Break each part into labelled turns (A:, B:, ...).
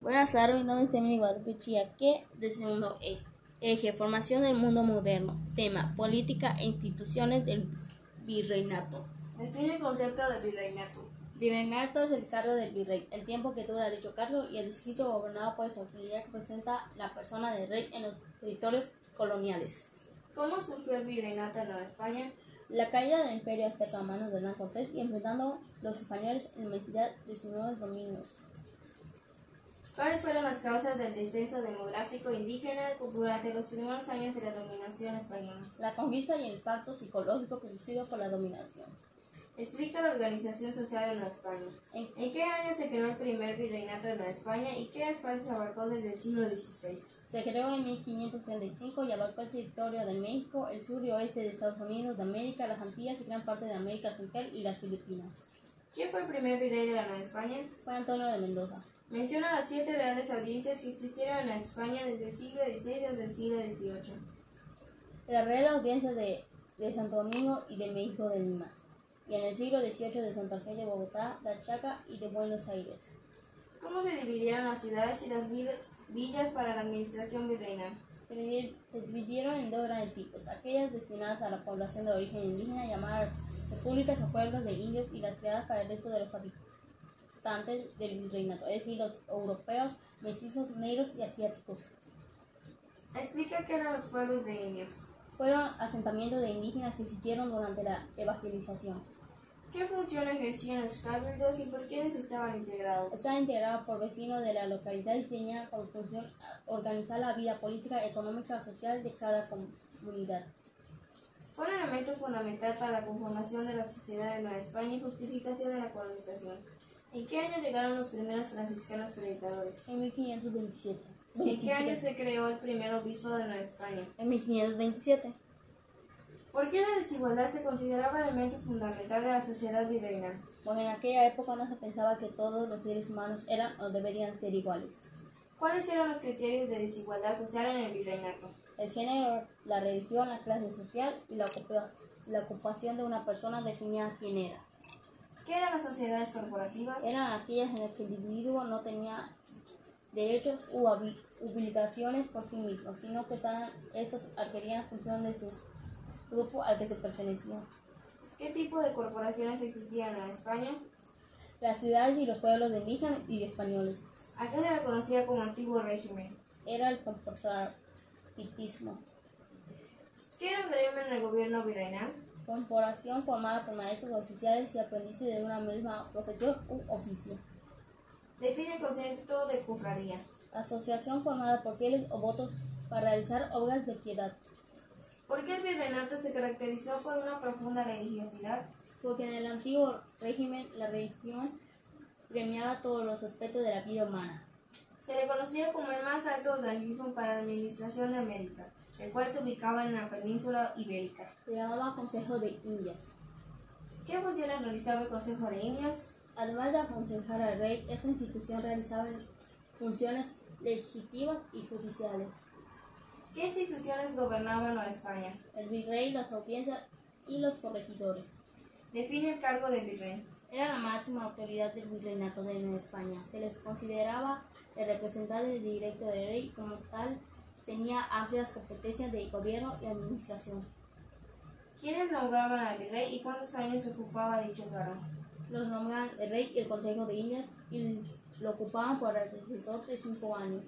A: Buenas tardes, mi nombre es Emily Guadalupe Chiaque, del segundo E. Eje, formación del mundo moderno. Tema, política e instituciones del virreinato.
B: Define el concepto de virreinato.
A: Virreinato es el cargo del virrey, el tiempo que dura dicho cargo y el distrito gobernado por su autoridad que presenta la persona del rey en los territorios coloniales.
B: ¿Cómo surgió el virreinato en Nueva España?
A: La caída del imperio azteca a manos de Hernán Cortés y enfrentando los españoles en la inmensidad de sus nuevos dominios.
B: ¿Cuáles fueron las causas del descenso demográfico indígena durante los primeros años de la dominación española?
A: La conquista y el impacto psicológico producido por la dominación.
B: Explica la organización social de Nueva España.
A: En-
B: ¿En qué año se creó el primer virreinato de Nueva España y qué espacios abarcó desde el siglo XVI?
A: Se creó en 1535 y abarcó el territorio de México, el sur y oeste de Estados Unidos, de América, las Antillas y gran parte de América Central y las Filipinas.
B: ¿Quién fue el primer virrey de la Nueva España?
A: Fue Antonio de Mendoza.
B: Menciona las siete reales audiencias que existieron en Nueva España desde el siglo XVI hasta el siglo XVIII.
A: La Real Audiencia de, de Santo Domingo y de México de Lima. Y en el siglo XVIII de Santa Fe de Bogotá, La Chaca y de Buenos Aires.
B: ¿Cómo se dividieron las ciudades y las vil- villas para la administración virreinal?
A: Se dividi- se dividieron pues, en dos grandes tipos, aquellas destinadas a la población de origen indígena llamadas repúblicas o pueblos de indios y las creadas para el resto de los habitantes del virreinato, es decir, los europeos, mestizos, negros y asiáticos.
B: Explica qué eran los pueblos de India.
A: Fueron asentamientos de indígenas que existieron durante la evangelización.
B: ¿Qué función ejercían los cabildos y por quiénes estaban integrados?
A: Está integrado por vecinos de la localidad y tenía como función organizar la vida política, económica, social de cada comunidad.
B: Fue un elemento fundamental para la conformación de la sociedad de Nueva España y justificación de la colonización. ¿En qué año llegaron los primeros franciscanos predicadores?
A: En 1527.
B: ¿En qué año se creó el primer obispo de Nueva España?
A: En 1527.
B: ¿Por qué la desigualdad se consideraba elemento fundamental de la sociedad virreinal?
A: Pues en aquella época no se pensaba que todos los seres humanos eran o deberían ser iguales.
B: ¿Cuáles eran los criterios de desigualdad social en el virreinato?
A: El género, la religión, la clase social y la, ocupa- la ocupación de una persona definía quién era.
B: ¿Qué eran las sociedades corporativas?
A: Eran aquellas en las que el individuo no tenía derechos u obli- obligaciones por sí mismo, sino que estaban, estos adquirían en función de su grupo al que se pertenecía.
B: ¿Qué tipo de corporaciones existían en España?
A: Las ciudades y los pueblos de indígenas y de españoles.
B: ¿A qué se le conocía como antiguo régimen?
A: Era el comportamientismo.
B: ¿Qué era el régimen del gobierno virreinal?
A: Corporación formada por maestros oficiales y aprendices de una misma profesión u oficio.
B: Define el concepto de cofradía.
A: Asociación formada por fieles o votos para realizar obras de piedad.
B: ¿Por qué el virreinato se caracterizó por una profunda religiosidad?
A: Porque en el antiguo régimen la religión premiaba todos los aspectos de la vida humana.
B: Se le conocía como el más alto organismo para la administración de América, el cual se ubicaba en la península ibérica.
A: Se llamaba Consejo de Indias.
B: ¿Qué funciones realizaba el Consejo de Indias?
A: Además de aconsejar al rey, esta institución realizaba funciones legítimas y judiciales.
B: ¿Qué instituciones gobernaban a España?
A: El virrey, las audiencias y los corregidores.
B: Define el cargo de virrey.
A: Era la máxima autoridad del virreinato de Nueva España. Se les consideraba el representante directo del rey y como tal tenía amplias competencias de gobierno y administración.
B: ¿Quiénes nombraban al virrey y cuántos años ocupaba dicho cargo?
A: Los nombraban el rey y el Consejo de Indias y lo ocupaban por alrededor de cinco años.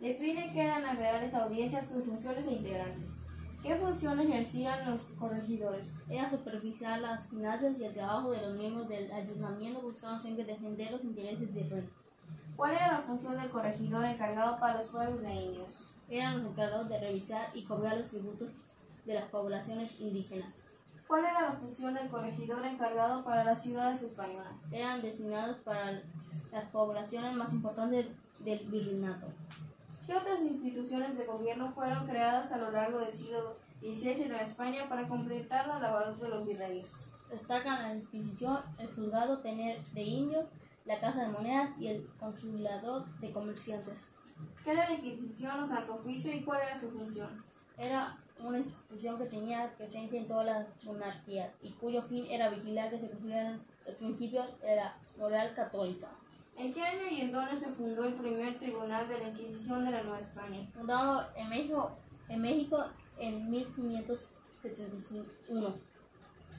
B: Define qué eran las reales audiencias, sus funciones e integrantes. ¿Qué función ejercían los corregidores?
A: Era supervisar las finanzas y el trabajo de los miembros del ayuntamiento buscando siempre defender los intereses del rey.
B: ¿Cuál era la función del corregidor encargado para los pueblos de indios?
A: Eran los encargados de revisar y cobrar los tributos de las poblaciones indígenas.
B: ¿Cuál era la función del corregidor encargado para las ciudades españolas?
A: eran designados para las poblaciones más importantes del virreinato.
B: ¿Qué otras instituciones de gobierno fueron creadas a lo largo del siglo XVI en Nueva España para completar la labor de los virreyes?
A: Destacan la Inquisición, el juzgado tener de indios, la casa de monedas y el consulado de comerciantes.
B: ¿Qué era la Inquisición o Santo Oficio y cuál era su función?
A: Era una institución que tenía presencia en todas las monarquías y cuyo fin era vigilar que se cumplieran los principios de la moral católica.
B: ¿En qué Este año y en dónde se fundó el primer tribunal de la Inquisición de la Nueva España?
A: Fundado en México en, México en 1571.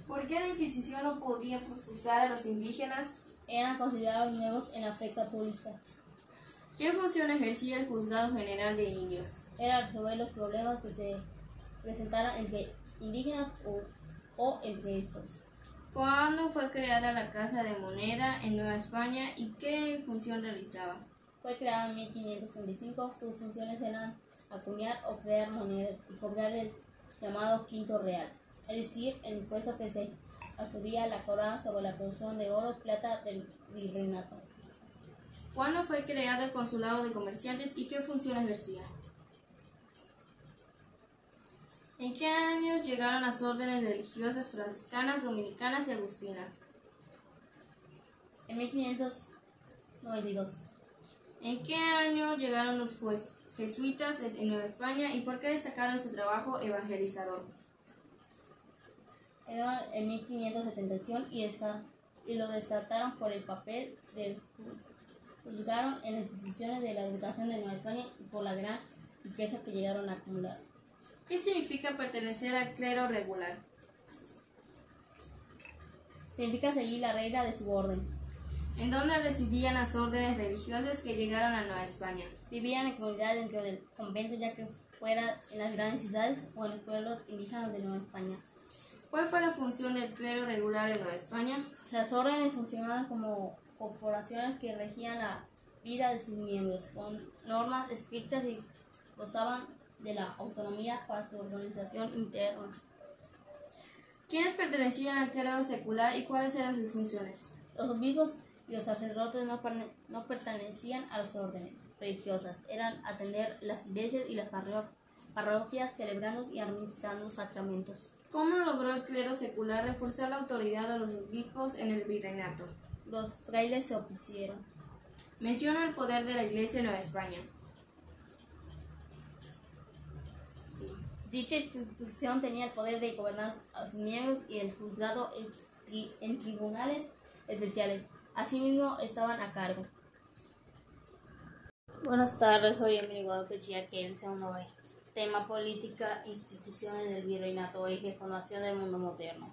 B: ¿Por qué la Inquisición no podía procesar a los indígenas?
A: Eran considerados nuevos en la fecha pública.
B: ¿Qué función ejercía el Juzgado General de Indios?
A: Era resolver los problemas que se presentaran entre indígenas o, o entre estos.
B: ¿Cuándo fue creada la Casa de Moneda en Nueva España y qué función realizaba?
A: Fue creada en 1535. Sus funciones eran acuñar o crear monedas y cobrar el llamado quinto real, es decir, el impuesto que se acudía a la corona sobre la producción de oro y plata del virreinato.
B: ¿Cuándo fue creado el Consulado de Comerciantes y qué función ejercía? ¿En qué años llegaron las órdenes religiosas franciscanas, dominicanas y agustinas?
A: En 1592.
B: ¿En qué año llegaron los juez- jesuitas en en Nueva España y por qué destacaron su trabajo evangelizador?
A: Era en 1571 y, desca- y lo descartaron por el papel del ju- juzgaron en las instituciones de la educación de Nueva España y por la gran riqueza que llegaron a acumular.
B: ¿Qué significa pertenecer al clero regular?
A: Significa seguir la regla de su orden.
B: ¿En dónde residían las órdenes religiosas que llegaron a Nueva España?
A: Vivían en comunidades dentro del convento ya que fuera en las grandes ciudades o en los pueblos indígenas de Nueva España.
B: ¿Cuál fue la función del clero regular en Nueva España?
A: Las órdenes funcionaban como corporaciones que regían la vida de sus miembros con normas estrictas y gozaban de la autonomía para su organización interna.
B: ¿Quiénes pertenecían al clero secular y cuáles eran sus funciones?
A: Los obispos y los sacerdotes no, perne- no pertenecían a las órdenes religiosas, eran atender las iglesias y las parro- parroquias, celebrando y administrando sacramentos.
B: ¿Cómo logró el clero secular reforzar la autoridad de los obispos en el virreinato?
A: Los frailes se opusieron.
B: Menciona el poder de la Iglesia en Nueva España.
A: Dicha institución tenía el poder de gobernar a sus miembros y el juzgado en, tri- en tribunales especiales. Asimismo, estaban a cargo. Buenas tardes, soy Emily Guadalupe Chiaquense, 1B. Tema política, instituciones del virreinato, eje, formación del mundo moderno.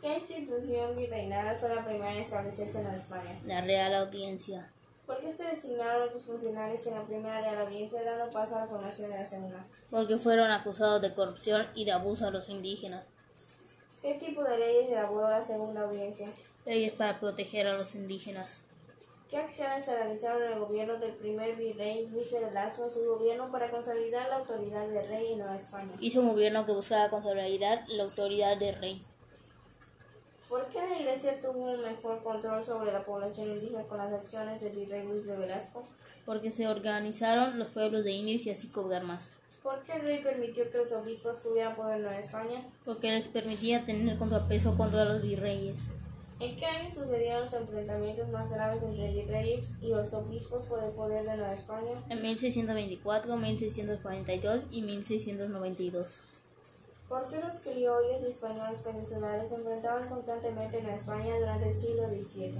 B: ¿Qué institución virreinal fue la primera en establecerse en Nueva España?
A: La Real Audiencia.
B: ¿Por qué se designaron los funcionarios en la primera de la audiencia dando paso a la formación de la segunda?
A: Porque fueron acusados de corrupción y de abuso a los indígenas.
B: ¿Qué tipo de leyes elaboró la segunda audiencia?
A: Leyes para proteger a los indígenas.
B: ¿Qué acciones se realizaron en el gobierno del primer virrey Luis de Velasco en su gobierno para consolidar la autoridad del rey en Nueva España?
A: Hizo un gobierno que buscaba consolidar la autoridad del rey.
B: ¿Por qué la iglesia tuvo un mejor control sobre la población indígena con las acciones del virrey Luis de Velasco?
A: porque se organizaron los pueblos de indios y así cobrar más,
B: ¿Por qué el rey permitió que los obispos tuvieran poder en Nueva España?
A: porque les permitía tener contrapeso contra los virreyes.
B: ¿En qué año sucedieron los enfrentamientos más graves entre virreyes y los obispos por el poder de Nueva España?
A: En 1624, 1642 y 1692,
B: ¿Por qué los criollos y españoles peninsulares se enfrentaban constantemente en Nueva España durante el siglo XVII?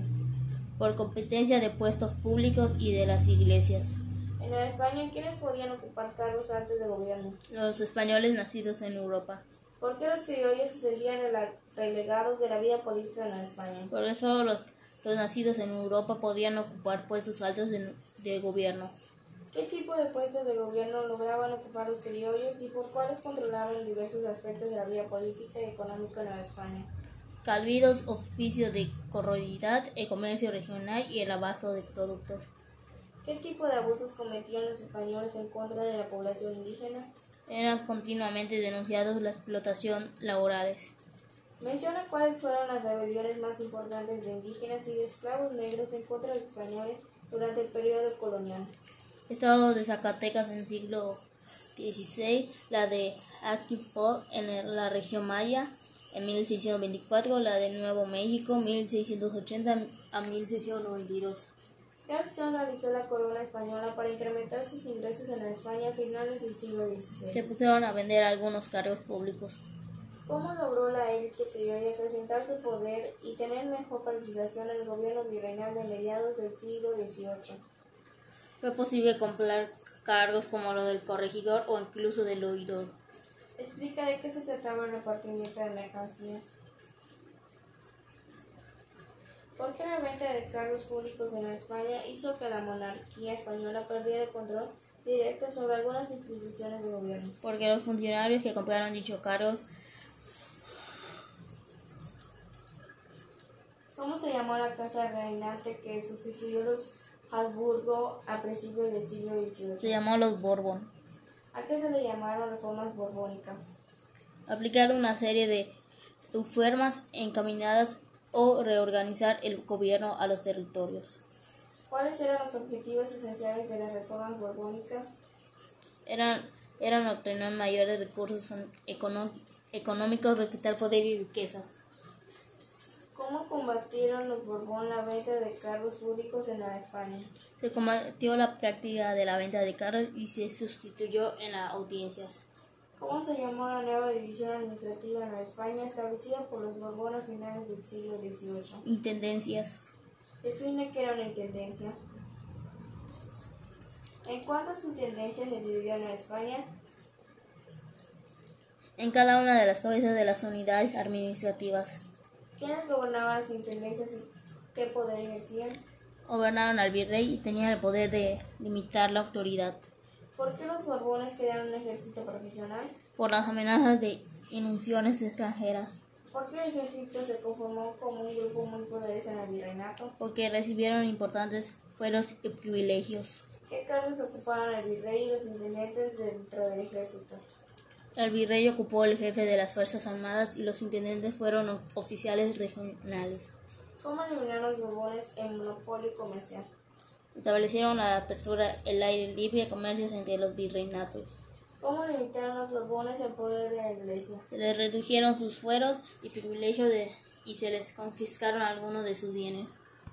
A: por competencia de puestos públicos y de las iglesias.
B: En Nueva España, ¿quiénes podían ocupar cargos altos de gobierno?
A: Los españoles nacidos en Europa.
B: ¿Por qué los criollos se sentían rela- relegados de la vida política en Nueva España?
A: Por eso los, los nacidos en Europa podían ocupar puestos altos de- del gobierno,
B: ¿Qué tipo de puestos de gobierno lograban ocupar los criollos y por cuáles controlaban diversos aspectos de la vida política y económica en Nueva España?
A: calvidos, oficios de corroidad, el comercio regional y el abasto de productos.
B: ¿Qué tipo de abusos cometían los españoles en contra de la población indígena?
A: Eran continuamente denunciados la explotación laborales.
B: Menciona cuáles fueron las rebeliones más importantes de indígenas y de esclavos negros en contra de los españoles durante el periodo colonial.
A: Estado de Zacatecas en el siglo XVI, la de Aquipó en el- la región maya en 1624, la de Nuevo México 1680 a 1692.
B: ¿Qué acción realizó la corona española para incrementar sus ingresos en España a finales del siglo
A: Se
B: XVI?
A: pusieron a vender algunos cargos públicos.
B: ¿Cómo logró la élite criolla acrecentar su poder y tener mejor participación en el gobierno virreinal de mediados del siglo XVIII?
A: Fue posible comprar cargos como lo del corregidor o incluso del oidor.
B: Explica de qué se trataba el repartimiento de mercancías. Porque la venta de cargos públicos en España hizo que la monarquía española perdiera el control directo sobre algunas instituciones de gobierno.
A: Porque los funcionarios que compraron dichos cargos
B: ¿Cómo se llamó la casa reinante que sustituyó los Habsburgo a principios del siglo
A: se
B: XVIII?
A: llamó los Borbón.
B: ¿A qué se le llamaron reformas borbónicas?
A: Aplicaron una serie de reformas encaminadas o reorganizar el gobierno a los territorios.
B: ¿Cuáles eran los objetivos esenciales de las reformas borbónicas?
A: Eran, eran obtener mayores recursos econo- económicos, replicar poder y riquezas.
B: ¿Cómo combatieron los Borbón la venta de cargos públicos en la España?
A: Se combatió la práctica de la venta de carros y se sustituyó en las audiencias.
B: ¿Cómo se llamó la nueva división administrativa en la España establecida por los Borbón a finales del siglo XVIII?
A: Intendencias.
B: Define qué era una intendencia. ¿En cuántas intendencias se dividió en la España?
A: En cada una de las cabezas de las unidades administrativas
B: ¿Quiénes gobernaban las intendencias y qué poder ejercían?
A: gobernaron al virrey y tenían el poder de limitar la autoridad
B: ¿Por qué los Borbones crearon un ejército profesional?
A: por las amenazas de inunciones extranjeras,
B: ¿Por qué el ejército se conformó como un grupo muy poderoso en el virreinato?
A: porque recibieron importantes fueros y privilegios.
B: ¿Qué cargos ocuparon el virrey y los intendentes dentro del ejército?
A: El virrey ocupó el jefe de las Fuerzas Armadas y los intendentes fueron of- oficiales regionales.
B: ¿Cómo eliminaron los borbones el monopolio comercial?
A: Establecieron la apertura, el aire libre y comercios entre los virreinatos.
B: ¿Cómo limitaron los borbones el poder de la iglesia?
A: Se les redujeron sus fueros y privilegios de- y se les confiscaron algunos de sus bienes.